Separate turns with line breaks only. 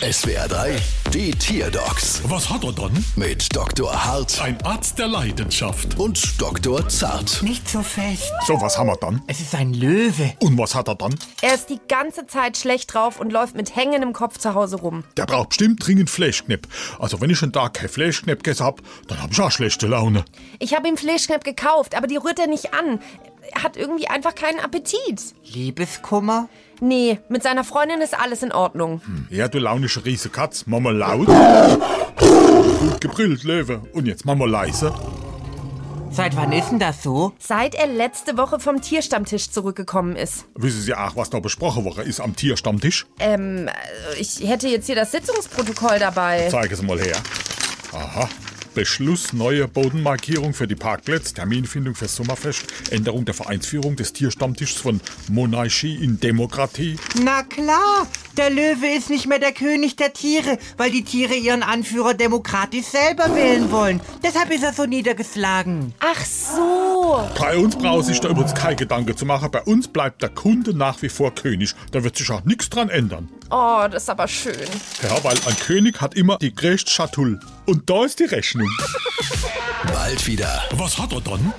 SWR 3, die Tierdocs
Was hat er dann?
mit Dr. Hart
Ein Arzt der Leidenschaft.
und Dr. Zart.
Nicht so fest.
So, was haben wir dann?
Es ist ein Löwe.
Und was hat er dann?
Er ist die ganze Zeit schlecht drauf und läuft mit hängendem Kopf zu Hause rum.
Der braucht bestimmt dringend Fleischknepp. Also, wenn ich einen Tag kein Fleischknepp gegessen hab, dann hab ich auch schlechte Laune.
Ich habe ihm Fleischknepp gekauft, aber die rührt er nicht an. Er hat irgendwie einfach keinen Appetit.
Liebeskummer?
Nee, mit seiner Freundin ist alles in Ordnung.
Ja, du launische Riesekatz, mach mal laut. Gut gebrillt, Löwe. Und jetzt mach mal leise.
Seit wann ist denn das so?
Seit er letzte Woche vom Tierstammtisch zurückgekommen ist.
Wissen Sie auch, was da besprochen worden ist am Tierstammtisch?
Ähm, ich hätte jetzt hier das Sitzungsprotokoll dabei.
Zeig es mal her. Aha. Beschluss, neue Bodenmarkierung für die Parkplätze, Terminfindung fürs Sommerfest, Änderung der Vereinsführung des Tierstammtischs von Monarchie in Demokratie.
Na klar, der Löwe ist nicht mehr der König der Tiere, weil die Tiere ihren Anführer demokratisch selber wählen wollen. Deshalb ist er so niedergeschlagen.
Ach so.
Bei uns braucht sich da übrigens kein Gedanke zu machen. Bei uns bleibt der Kunde nach wie vor König. Da wird sich auch nichts dran ändern.
Oh, das ist aber schön.
Ja, weil ein König hat immer die Grätscht Schatull. Und da ist die Rechnung.
Bald wieder.
Was hat er dann?